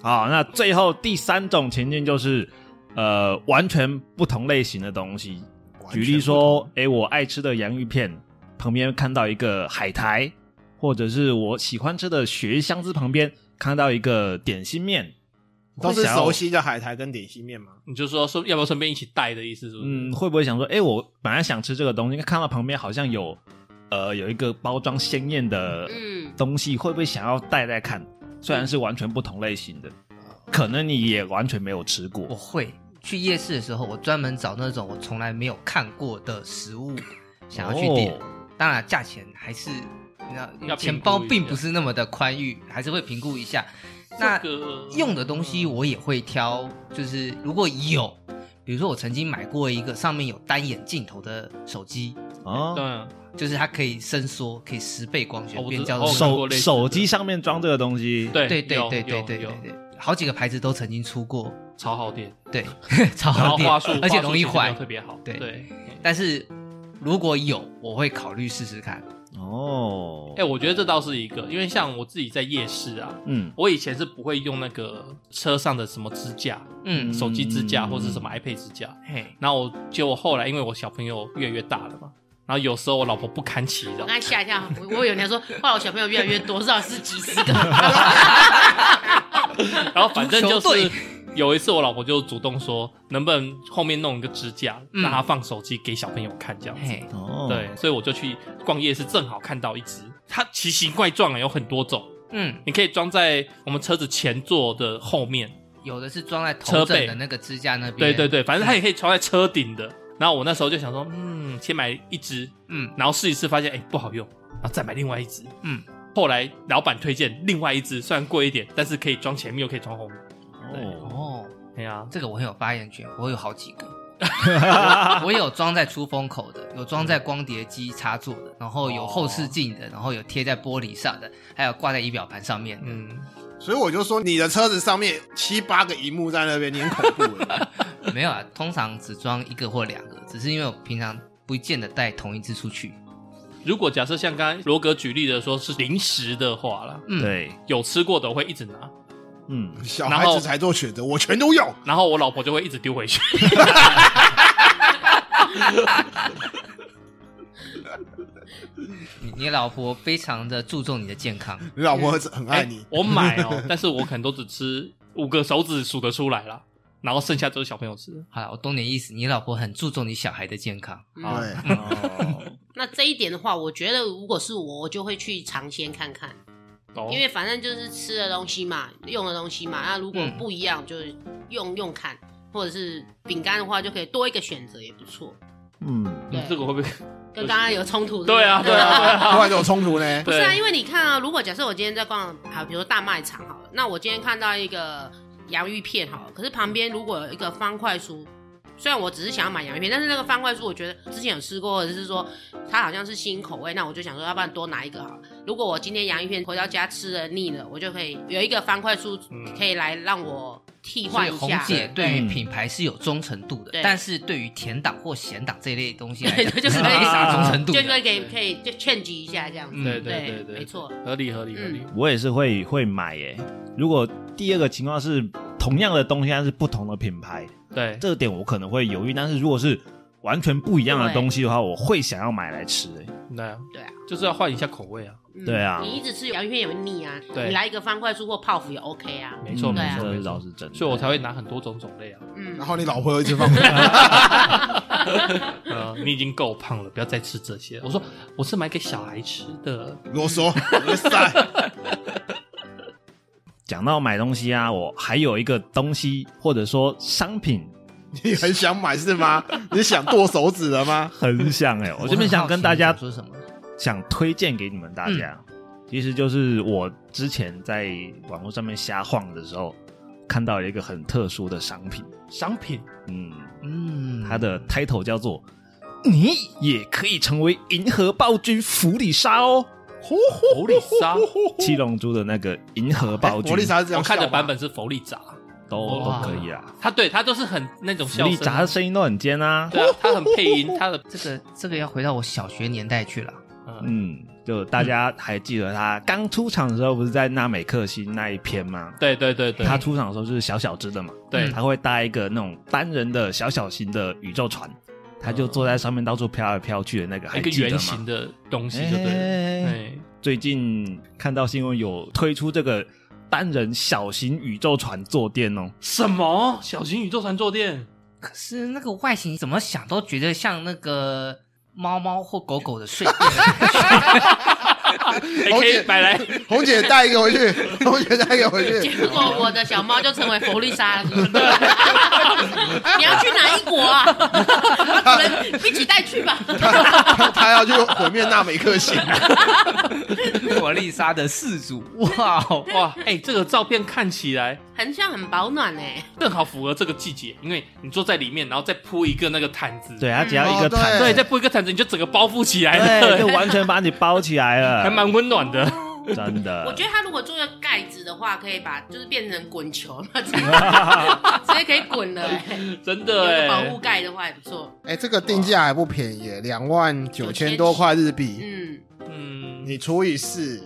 Speaker 4: 好，那最后第三种情境就是，呃，完全不同类型的东西。举例说，哎、我爱吃的洋芋片旁边看到一个海苔，或者是我喜欢吃的鳕鱼香丝旁边看到一个点心面，
Speaker 5: 都是
Speaker 4: 会想要
Speaker 5: 熟。悉的海苔跟点心面吗？
Speaker 3: 你就说说要不要顺便一起带的意思是不是？
Speaker 4: 嗯，会不会想说，哎、我本来想吃这个东西，看到旁边好像有，呃，有一个包装鲜艳的
Speaker 2: 嗯，
Speaker 4: 东西，会不会想要带带看？虽然是完全不同类型的，
Speaker 5: 啊
Speaker 4: 可能你也完全没有吃过。
Speaker 1: 我会去夜市的时候，我专门找那种我从来没有看过的食物，想要去点。
Speaker 4: 哦
Speaker 1: 当然，价钱还是你知道，
Speaker 3: 要
Speaker 1: 钱
Speaker 3: 评估
Speaker 1: 包
Speaker 3: 一
Speaker 1: 并
Speaker 3: 下
Speaker 1: 不是那么的宽裕，还是会评估一下。那
Speaker 3: 这个
Speaker 1: 用的东西我也会挑，就是如果有，比如说我曾经买过一个上面有单眼镜头的手机，
Speaker 4: 哦
Speaker 3: 对，啊，
Speaker 1: 就是它可以伸缩，可以十倍光学
Speaker 3: 哦我
Speaker 1: 变
Speaker 3: 知
Speaker 1: 焦
Speaker 3: 哦
Speaker 1: 的
Speaker 3: 我
Speaker 1: 手。
Speaker 3: 看过
Speaker 4: 啊手
Speaker 3: 类似的
Speaker 4: 手机上面装这个东西，，
Speaker 3: 对
Speaker 1: 对对
Speaker 3: 有
Speaker 1: 对对
Speaker 3: 有
Speaker 1: 对对
Speaker 3: 有
Speaker 1: 对，好几个牌子都曾经出过，
Speaker 3: 超 耗电，
Speaker 1: 对，超
Speaker 3: 然后
Speaker 1: 好点
Speaker 3: 话术，
Speaker 1: 而且
Speaker 3: 话术
Speaker 1: 容易
Speaker 3: 其实没有
Speaker 1: 坏
Speaker 3: 特。别好。
Speaker 1: 对
Speaker 3: 对，
Speaker 1: 但是如果有，我会考虑试试看。
Speaker 4: 哦，
Speaker 3: 哎，我觉得这倒是一个，因为像我自己在夜市啊，
Speaker 4: 嗯，
Speaker 3: 我以前是不会用那个车上的什么支架，
Speaker 1: 嗯，
Speaker 3: 手机支架或者什么 iPad 支架。
Speaker 1: 嘿，
Speaker 3: 然后我结果后来因为我小朋友越来越大了嘛，然后有时候我老婆不堪其
Speaker 2: 我
Speaker 3: 扰
Speaker 2: 刚，
Speaker 1: 哎
Speaker 2: 才吓一跳，我我有人说，哇，我小朋友越来越多，至少是几十个，
Speaker 3: 然后反正就
Speaker 1: 足球队
Speaker 3: 是有一次我老婆就主动说，能不能后面弄一个支架，
Speaker 1: 嗯
Speaker 3: 让她放手机给小朋友看这样子。
Speaker 1: 嘿，
Speaker 4: 哦，
Speaker 3: 对，所以我就去逛夜市，正好看到一只，它奇形怪状，啊有很多种。
Speaker 1: 嗯，
Speaker 3: 你可以装在我们车子前座的后面，
Speaker 1: 有的是装在头
Speaker 3: 车背
Speaker 1: 枕的那个支架那边。
Speaker 3: 对对，对，反正它也可以装在车顶的。然后我那时候就想说，嗯，先买一只，
Speaker 1: 嗯
Speaker 3: 然后试一次，发现哎、不好用，然后再买另外一只。
Speaker 1: 嗯，
Speaker 3: 后来老板推荐另外一只，虽然贵一点，但是可以装前面又可以装后面。
Speaker 4: 哦，
Speaker 1: 哦，
Speaker 3: 哎呀、
Speaker 1: 这个我很有发言权，我有好 几个。我有装在出风口的，有装在光碟机插座的，然后有后视镜的，然后有贴在玻璃上的，还有挂在仪表盘上面的。
Speaker 3: 嗯，
Speaker 5: 所以我就说你的车子上面七八个荧幕在那边，你很恐怖耶。
Speaker 1: 没有啊，通常只装一个或两个，只是因为我平常不见得带同一只出去。
Speaker 3: 如果假设像刚刚罗格举例的说是零食的话啦，
Speaker 1: 嗯
Speaker 4: 对，
Speaker 3: 有吃过的我会一直拿，
Speaker 4: 嗯，
Speaker 5: 小
Speaker 3: 然
Speaker 5: 孩
Speaker 3: 后
Speaker 5: 子才做选择，我全都有。
Speaker 3: 然后我老婆就会一直丢回去。
Speaker 1: 你你老婆非常的注重你的健康，
Speaker 5: 你老婆很 爱你
Speaker 3: 哎，我买哦，但是我可能都只吃五个手指数得出来啦，然后剩下都是小朋友吃。
Speaker 1: 好了，我懂你意思，你老婆很注重你小孩的健康。
Speaker 3: 好
Speaker 5: 对，
Speaker 1: 嗯
Speaker 4: 哦，
Speaker 2: 嗯那这一点的话，我觉得如果是我，我就会去尝鲜看看，
Speaker 3: 哦
Speaker 2: 因为反正就是吃的东西嘛，用的东西嘛，那如果
Speaker 1: 嗯
Speaker 2: 不一样，就用用看，或者是饼干的话，就可以多一个选择，也不错。
Speaker 4: 嗯，
Speaker 3: 嗯这个会不会？
Speaker 2: 跟刚刚有冲突是不是
Speaker 3: 对啊，对啊，对
Speaker 5: 突
Speaker 3: 啊
Speaker 5: 然，有冲突呢。
Speaker 2: 不是啊，因
Speaker 3: 对，
Speaker 2: 为你看啊，如果假设我今天在逛，好，比如说大卖场好了，那我今天看到一个洋芋片好了，可是旁边如果有一个方块酥，虽然我只是想要买洋芋片，但是那个方块酥我觉得之前有吃过，或者是说它好像是新口味，那我就想说，要不然多拿一个好了。如果我今天洋芋片回到家吃了腻了，我就可以有一个方块酥
Speaker 3: 嗯
Speaker 2: 可以来让我替
Speaker 1: 所以
Speaker 2: 换一
Speaker 1: 红
Speaker 2: 下。
Speaker 1: 姐对于
Speaker 4: 嗯
Speaker 1: 品牌是有忠诚度的，
Speaker 2: 对
Speaker 1: 但是对于甜党或咸党这一类东西来
Speaker 2: 对
Speaker 1: 讲，
Speaker 2: 就是 是
Speaker 1: 没啥忠诚度
Speaker 2: 就
Speaker 1: 的。
Speaker 2: 可以给可以就劝及一下这样子，
Speaker 1: 嗯
Speaker 3: 对
Speaker 2: 对
Speaker 3: 对对，
Speaker 2: 没错，
Speaker 3: 合理
Speaker 4: 嗯
Speaker 3: 合理合理。
Speaker 4: 我也是会会买耶。如果第二个情况是同样的东西，但是不同的品牌，
Speaker 3: 对，
Speaker 4: 这点我可能会犹豫。但是如果是完全不一样的东西的话，我会想要买来吃耶。
Speaker 3: 对啊，
Speaker 2: 对啊，
Speaker 3: 就是要换一下口味啊。
Speaker 2: 嗯
Speaker 4: 对啊
Speaker 2: 你一直吃洋芋片也会腻啊，
Speaker 3: 对
Speaker 2: 你来一个方块酥或泡芙也 OK 啊，
Speaker 3: 没错
Speaker 4: 嗯
Speaker 3: 没
Speaker 2: 对啊
Speaker 3: 错
Speaker 4: 这
Speaker 3: 没
Speaker 4: 倒
Speaker 3: 错，
Speaker 4: 是真的。
Speaker 3: 所以我才会拿很多种种 类啊。
Speaker 2: 嗯
Speaker 5: 然，后你老婆又一直放屁，
Speaker 3: 呃，你已经够胖了，不要再吃这些。我说我是买给小孩吃的。
Speaker 5: 啰嗦，哇塞，
Speaker 4: 讲到买东西啊，我还有一个东西或者说商品
Speaker 5: 你很想买是 吗？你想剁手指了吗？
Speaker 4: 很想 哎、我这边想跟
Speaker 1: 很
Speaker 4: 大
Speaker 1: 好奇
Speaker 4: 家
Speaker 1: 你说什么？
Speaker 4: 想推荐给你们大家，
Speaker 3: 嗯
Speaker 4: 其实就是我之前在网络上面瞎晃的时候，看到了一个很特殊的商品，
Speaker 3: 商品
Speaker 4: 嗯，
Speaker 1: 嗯，
Speaker 4: 它的 title 叫做“你也可以成为银河暴君弗里莎哦
Speaker 3: 佛里 沙，我”，
Speaker 4: 七龙珠的那个银河暴
Speaker 3: 哎
Speaker 4: 君，
Speaker 5: 佛利哎莎是这样笑
Speaker 3: 看的
Speaker 5: 吗
Speaker 3: 版本是佛里炸，
Speaker 4: 都都
Speaker 3: 哇
Speaker 4: 可以啊啦。
Speaker 3: 他对他都是很那种
Speaker 4: 弗
Speaker 3: 笑
Speaker 4: 里
Speaker 3: 声
Speaker 4: 莎
Speaker 3: 啊
Speaker 4: 的，声音都很尖啊，
Speaker 3: 对啊，他很配音，他 的
Speaker 1: 这个这个要回到我小学年代去了。
Speaker 3: 嗯
Speaker 4: 嗯，就大家还记得他刚出场的时候，不是在纳美克星那一篇吗？
Speaker 3: 对对对对，
Speaker 4: 他出场的时候就是小小只的嘛，
Speaker 3: 对
Speaker 4: 他会搭一个那种单人的小小型的宇宙船，他就坐在上面到处飘来飘去的那个，
Speaker 3: 哦
Speaker 4: 还
Speaker 3: 一个
Speaker 4: 记得
Speaker 3: 圆
Speaker 4: 吗
Speaker 3: 形的东西就对了。
Speaker 4: 哎
Speaker 3: 哎，
Speaker 4: 最近看到新闻有推出这个单人小型宇宙船坐垫哦，
Speaker 3: 什么小型宇宙船坐垫？
Speaker 1: 可是那个外形怎么想都觉得像那个猫猫或狗狗的睡 垫。
Speaker 3: 哎
Speaker 5: 红
Speaker 3: 可以
Speaker 5: 姐
Speaker 3: 买 来，
Speaker 5: 红姐带一个回去，红姐带一个回 去。
Speaker 2: 结果我的小猫就成为佛利莎了，是不是 你要去哪一国啊？我只能一起带去吧。
Speaker 5: 他他要去毁灭纳美克星，
Speaker 1: 佛利莎的四组，哇哦！
Speaker 3: 哇，哎，这个照片看起来
Speaker 2: 很像很保暖哎，
Speaker 3: 正好符合这个季节，因为你坐在里面，然后再铺一个那个毯子，
Speaker 4: 对，他只要一个
Speaker 5: 哦对
Speaker 4: 毯，
Speaker 3: 对，再铺一个毯子，你就整个包覆起来了，
Speaker 4: 对， 就完全把你包起来
Speaker 3: 还
Speaker 4: 了，
Speaker 3: 蛮温暖的。
Speaker 4: 真的。
Speaker 2: 我觉得它如果做个盖子的话，可以把就是变成滚球，那直接直接可以滚了哎。
Speaker 3: 真
Speaker 2: 有
Speaker 3: 的
Speaker 2: 个保
Speaker 3: 哎
Speaker 2: 护，盖的话也不错。
Speaker 5: 哎、这个定价还不便宜，两万九千多块日币，
Speaker 2: 嗯，
Speaker 3: 嗯，
Speaker 5: 你除以四，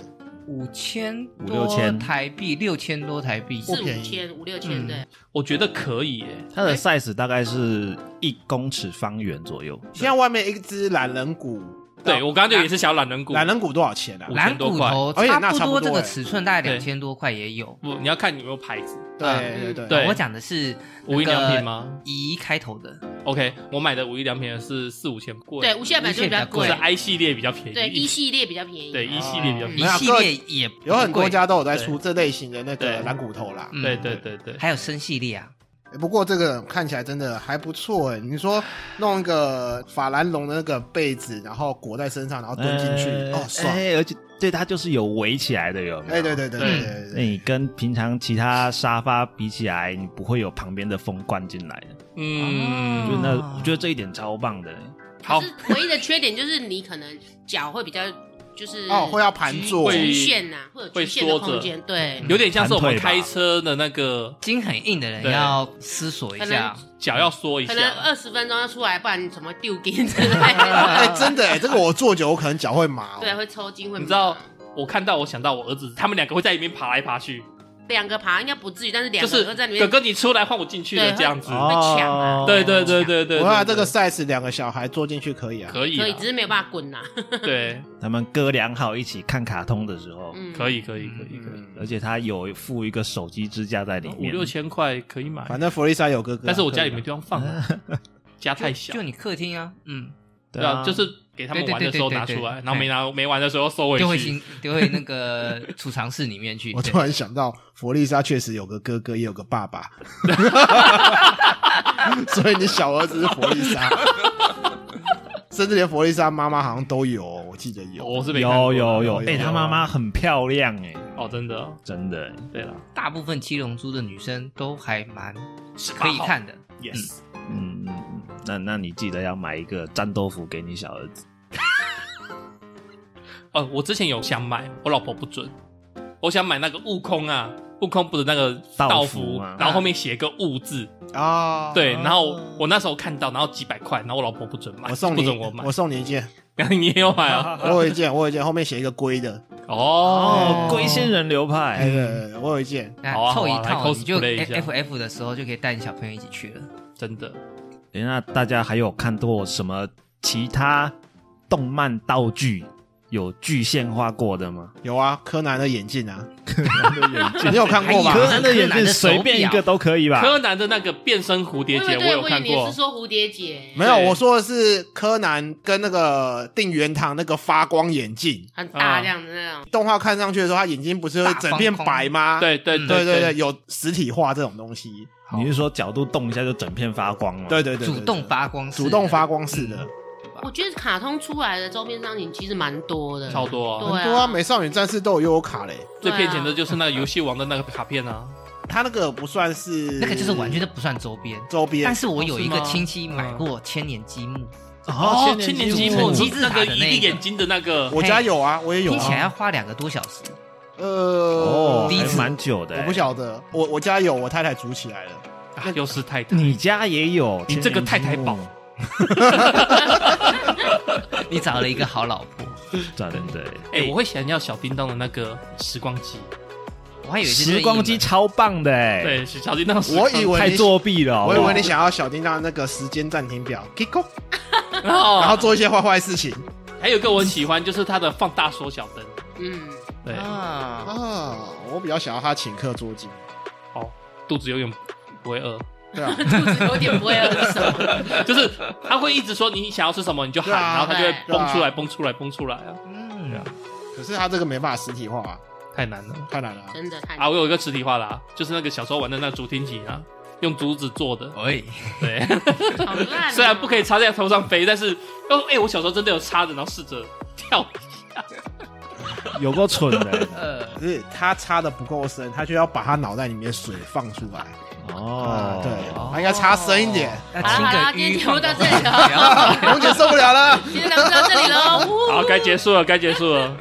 Speaker 1: 五千
Speaker 4: 五
Speaker 1: 多
Speaker 4: 六千
Speaker 1: 台币，六千多台币，
Speaker 2: 四
Speaker 5: 便
Speaker 2: 五
Speaker 5: 宜
Speaker 2: 千、五六
Speaker 1: 嗯
Speaker 2: 千对，
Speaker 3: 我觉得可以哎，
Speaker 4: 它的 size 大概是一公尺方圆左右，
Speaker 5: 现在外面一只懒人骨，
Speaker 3: 对我刚刚就也是想懒人骨，
Speaker 5: 懒人骨多少钱啊？
Speaker 3: 五
Speaker 1: 蓝
Speaker 3: 千多
Speaker 1: 骨
Speaker 3: 块
Speaker 1: 头
Speaker 5: 哎那
Speaker 1: 不
Speaker 5: 差不
Speaker 1: 多
Speaker 5: 多
Speaker 1: 这个
Speaker 5: 哎
Speaker 1: 尺寸大概
Speaker 3: 对
Speaker 1: 两千多块也有。
Speaker 3: 不，你要看有没有牌子，
Speaker 5: 对对对，
Speaker 3: 对
Speaker 1: 我讲的是
Speaker 3: 无印
Speaker 1: 那个
Speaker 3: 良品吗？
Speaker 1: 乙开头的，
Speaker 3: OK，我买的五一良品的是四五千贵，
Speaker 2: 对，无线版就比较
Speaker 3: 或
Speaker 2: 贵
Speaker 3: 者，I 系列比较便宜，
Speaker 2: 对一系列哦比较便宜，
Speaker 3: 对一系列比较便宜，
Speaker 1: 一
Speaker 5: 没有啊
Speaker 1: 系
Speaker 5: 各
Speaker 1: 列也不
Speaker 5: 有很多
Speaker 1: 贵
Speaker 5: 家都有在
Speaker 3: 对
Speaker 5: 出这类型的那个
Speaker 3: 对
Speaker 5: 蓝骨头啦。
Speaker 1: 嗯
Speaker 3: 对对对对，
Speaker 1: 还有生系列啊，
Speaker 5: 欸不过这个看起来真的还不错哎，你说弄一个法兰绒的那个被子，然后裹在身上，然后蹲进去，
Speaker 4: 呃
Speaker 5: 哦，爽！哎、
Speaker 4: 哎而且对它就是有围起来的，有没有？
Speaker 5: 对对对对对对
Speaker 4: 那
Speaker 5: 对，
Speaker 4: 你跟平常其他沙发比起来，你不会有旁边的风灌进来的，
Speaker 3: 嗯，
Speaker 4: 就
Speaker 1: 哦
Speaker 4: 那我觉得这一点超棒
Speaker 2: 嗯
Speaker 4: 的。
Speaker 3: 好
Speaker 2: 可是唯一的缺点就是你可能脚会比较就是
Speaker 5: 哦会要盘
Speaker 2: 局
Speaker 5: 坐
Speaker 2: 局限呐，会有局限的
Speaker 3: 会缩着嗯
Speaker 2: 空间，对，
Speaker 3: 有点像是我们
Speaker 4: 盘腿吧
Speaker 3: 开车的那个
Speaker 1: 筋很硬的人
Speaker 3: 对
Speaker 1: 要思索一下，
Speaker 3: 脚要缩一
Speaker 2: 可能呃
Speaker 3: 下，
Speaker 2: 二十分钟要出来，不然你怎么丢 筋之类的，
Speaker 5: 哎、真的哎，这个我坐久我可能脚会麻、哦。
Speaker 2: 对，会抽筋，会
Speaker 3: 你知道。我看到，我想到我儿子，他们两个会在里面爬来爬去，
Speaker 2: 两个爬应该不至于，但是两
Speaker 3: 就
Speaker 2: 个
Speaker 3: 是
Speaker 2: 会在里
Speaker 3: 哥
Speaker 2: 面
Speaker 3: 哥你出来换我进去的
Speaker 2: 对
Speaker 3: 这样子，
Speaker 4: 哦
Speaker 2: 会抢啊，
Speaker 3: 对对对对对，
Speaker 5: 哇，
Speaker 3: 对
Speaker 5: 这个 size 两个小孩坐进去可以啊。
Speaker 3: 可以
Speaker 2: 可以，
Speaker 3: 啦
Speaker 2: 只是没嗯有办法滚呐，
Speaker 3: 对，
Speaker 4: 他们哥俩好一起看卡通的时候，
Speaker 2: 嗯，
Speaker 3: 可以可以可以可以，
Speaker 5: 嗯，
Speaker 4: 而且它有附一个手机支架在里
Speaker 3: 五
Speaker 4: 面，
Speaker 3: 六千块可以买，
Speaker 5: 反正弗利萨有哥哥啊、
Speaker 3: 但是我家里
Speaker 5: 可以
Speaker 3: 没
Speaker 5: 啊
Speaker 3: 地方放啊， 家太小
Speaker 1: 就，你客厅啊，嗯，
Speaker 3: 对啊，就是给他们玩的时候拿出来，
Speaker 1: 对对对对对对
Speaker 3: 然后没拿没玩的时候收回
Speaker 1: 丢回
Speaker 3: 去。
Speaker 1: 新丢回那个 储藏室里面去。
Speaker 5: 我
Speaker 1: 对
Speaker 5: 突然想到，弗利萨确实有个哥哥，也有个爸爸， 所以你小儿子是弗利萨，甚至连弗利萨妈妈好像都有哦，我记得有。
Speaker 3: 我是没看过
Speaker 4: 有有有，
Speaker 5: 有
Speaker 4: 哎，
Speaker 5: 有
Speaker 4: 他妈妈很漂亮哎，
Speaker 3: 哦，真的哦，
Speaker 4: 真的
Speaker 3: 对了，
Speaker 1: 大部分七龙珠的女生都还蛮
Speaker 3: 是
Speaker 1: 可以看的，
Speaker 3: ，yes，
Speaker 4: 哎，嗯嗯嗯，那那你记得要买一个战斗服给你小儿子，
Speaker 3: 哦，我之前有想买，我老婆不准，我想买那个悟空啊，悟空不是那个
Speaker 4: 道
Speaker 3: 道
Speaker 4: 服
Speaker 3: 服
Speaker 4: 吗，
Speaker 3: 然后后面写个悟字，
Speaker 5: 啊，
Speaker 3: 对，然后我我那时候看到，然后几百块，然后我老婆不准买，
Speaker 5: 我送
Speaker 3: 不
Speaker 5: 你
Speaker 3: 准我买，
Speaker 5: 我送你一件，
Speaker 3: 然后你也有买 啊？
Speaker 5: 我有一件，我有一件，后面写一个龟的，
Speaker 3: 嗯哦，
Speaker 4: 哦，龟仙人流派，
Speaker 5: 哎，对对对我有一件，
Speaker 1: 那
Speaker 3: 好啊
Speaker 1: 凑一
Speaker 3: 好啊来
Speaker 1: 套你就
Speaker 3: cosplay 一下
Speaker 1: F F 的时候就可以带你小朋友一起去了。
Speaker 3: 真的，
Speaker 4: 诶那大家还有看过什么其他动漫道具有具现化过的 吗？
Speaker 5: 有啊，柯南的眼 镜啊，
Speaker 4: 你
Speaker 5: 你有看过 吧
Speaker 4: 柯南的眼
Speaker 1: 柯南
Speaker 4: 镜
Speaker 1: 的手
Speaker 4: 随
Speaker 1: 表
Speaker 4: 便一个都可以吧？
Speaker 3: 柯南的那个变身蝴蝶
Speaker 2: 我以
Speaker 3: 结
Speaker 2: 为对
Speaker 3: 有看
Speaker 2: 我以为你
Speaker 3: 过
Speaker 2: 是，说蝴蝶结，
Speaker 5: 没有，
Speaker 3: 对
Speaker 5: 我说的是柯南跟那个定元堂那个发光眼镜，
Speaker 2: 很大量的那
Speaker 3: 嗯
Speaker 2: 种，
Speaker 5: 动画看上去的时候，他眼睛不是会整片白吗？
Speaker 3: 对对
Speaker 1: 嗯
Speaker 5: 对对对，
Speaker 3: 对，
Speaker 5: 有实体化这种东西，
Speaker 1: 好
Speaker 4: 你是说角度动一下就整片发光吗？
Speaker 5: 对对对，对
Speaker 1: 主动发光式的，
Speaker 5: 主动发光式的，
Speaker 2: 我觉得卡通出来的周边商品其实蛮多的，
Speaker 3: 超多啊
Speaker 1: 嗯
Speaker 2: 对！
Speaker 5: 很多啊，美少女战士都有悠游卡嘞。
Speaker 3: 最骗钱的就是那个游戏王的那个卡片啊，
Speaker 5: 他那个不算是，
Speaker 1: 那个就是完全都不算周边。
Speaker 5: 嗯周边，
Speaker 1: 但是我有一
Speaker 3: 哦
Speaker 1: 个
Speaker 3: 是吗
Speaker 1: 亲戚买
Speaker 5: 嗯
Speaker 1: 过千年积木，
Speaker 4: 哦，
Speaker 3: 啊千年
Speaker 4: 积
Speaker 3: 积
Speaker 1: 木成
Speaker 3: 木你
Speaker 1: 吉
Speaker 3: 说
Speaker 1: 思
Speaker 3: 那
Speaker 1: 卡
Speaker 3: 个
Speaker 1: 的
Speaker 3: 一
Speaker 1: 那
Speaker 3: 个
Speaker 1: 一个
Speaker 3: 眼睛的那个，
Speaker 5: 我家有啊，我也有
Speaker 1: 听起来
Speaker 5: 啊。
Speaker 1: 要花两个多小 时。
Speaker 5: 呃
Speaker 4: 哦，
Speaker 1: 第一
Speaker 4: 还
Speaker 1: 次
Speaker 4: 蛮久的欸。
Speaker 5: 我不晓得，我我家有，我太太煮起来了。
Speaker 3: 啊又是太太，
Speaker 4: 你家也有？
Speaker 3: 你这个太太宝
Speaker 1: 你找了一个好老婆，
Speaker 4: 真的欸。
Speaker 3: 哎，我会想要小叮当的那个时光机，
Speaker 1: 我还以为是
Speaker 4: 时光机超棒的哎，
Speaker 3: 对，是小叮当的时
Speaker 5: 我
Speaker 3: 光机，
Speaker 5: 以 为
Speaker 4: 太
Speaker 5: 你
Speaker 4: 作弊了好不
Speaker 5: 我
Speaker 4: 好。
Speaker 5: 以为你想要小叮当那个时间暂停表，Kiko，
Speaker 1: 哦
Speaker 3: 然后
Speaker 5: 然后做一些坏坏事情
Speaker 3: 哦还有一个我很喜欢，就是它的放大缩小灯，
Speaker 2: 嗯，
Speaker 3: 对，
Speaker 1: 啊，
Speaker 5: 啊。我比较想要他请客捉奸，
Speaker 3: 哦，肚子永远不会饿，
Speaker 5: 对啊，
Speaker 2: 肚子有点不会饿是什么？
Speaker 3: 就是他会一直说你想要吃什么你就喊，
Speaker 5: 对啊
Speaker 3: 然后他就会
Speaker 2: 对
Speaker 3: 蹦出
Speaker 5: 对
Speaker 3: 来、
Speaker 5: 啊
Speaker 3: 蹦出来、蹦出来啊，
Speaker 1: 嗯，
Speaker 5: 可是他这个没办法实体化啊，
Speaker 3: 太难了
Speaker 5: 太难了啊。
Speaker 2: 真的太
Speaker 3: 啊！我有一个实体化的、啊，就是那个小时候玩的那竹蜻蜓啊，用竹子做的，
Speaker 1: 喂，
Speaker 3: 对，
Speaker 2: 好烂哦，
Speaker 3: 虽然不可以插在头上飞，但是哦，哎、我小时候真的有插着，然后试着跳，
Speaker 4: 有够蠢的 欸
Speaker 1: 呃，
Speaker 5: 可是他插的不够深，他就要把他脑袋里面水放出 来。
Speaker 4: 哦
Speaker 5: 啊，，对，他应该插深一点。
Speaker 1: 哦要
Speaker 2: 好了好了，
Speaker 1: 亲
Speaker 2: 今天
Speaker 1: 个鱼
Speaker 2: 节目
Speaker 1: 放
Speaker 2: 到
Speaker 1: 到
Speaker 2: 这里 了，
Speaker 5: 红姐受不了了，
Speaker 2: 今天咱们就到这里了，呜
Speaker 3: 好，该结束了，该结束 了，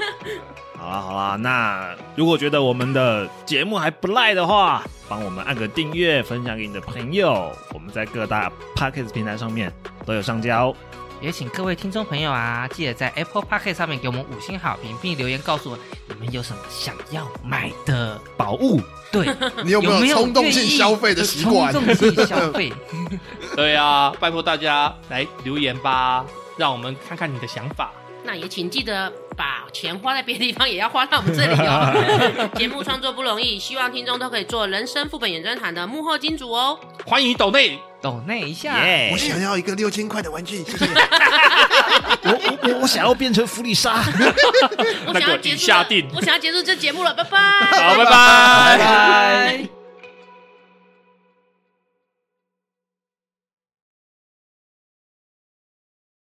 Speaker 4: 好啦好啦，那如果觉得我们的节目还不赖的话，帮我们按个订阅，分享给你的朋友。我们在各大 podcast 平台上面都有上架哦。
Speaker 1: 也请各位听众朋友啊，记得在 Apple p o c k e t 上面给我们五星好评，并留言告诉我你们有什么想要买的
Speaker 4: 宝物，
Speaker 1: 对，
Speaker 5: 你 有没
Speaker 1: 有
Speaker 5: 有
Speaker 1: 没有
Speaker 5: 冲动性
Speaker 1: 愿意
Speaker 5: 消费的习惯？
Speaker 1: 冲动性消费，
Speaker 3: 对啊，拜托大家来留言吧，让我们看看你的想法。
Speaker 2: 那也请记得把钱花在别的地方，也要花到我们这里 哦。节目创作不容易，希望听众都可以做人生副本演专谈的幕后金主哦。
Speaker 3: 欢迎抖内，
Speaker 1: 抖那一下。
Speaker 4: 耶
Speaker 6: 我想要一个六千块的玩具，谢谢。
Speaker 4: 我我我我想要变成弗里莎，
Speaker 2: 我
Speaker 3: 那
Speaker 2: 想要
Speaker 3: 个
Speaker 2: 结
Speaker 3: 已
Speaker 2: 束
Speaker 3: 下
Speaker 2: 这
Speaker 3: 定
Speaker 2: 我想要结束这节目了，拜拜。
Speaker 3: 好，拜拜。
Speaker 1: 拜。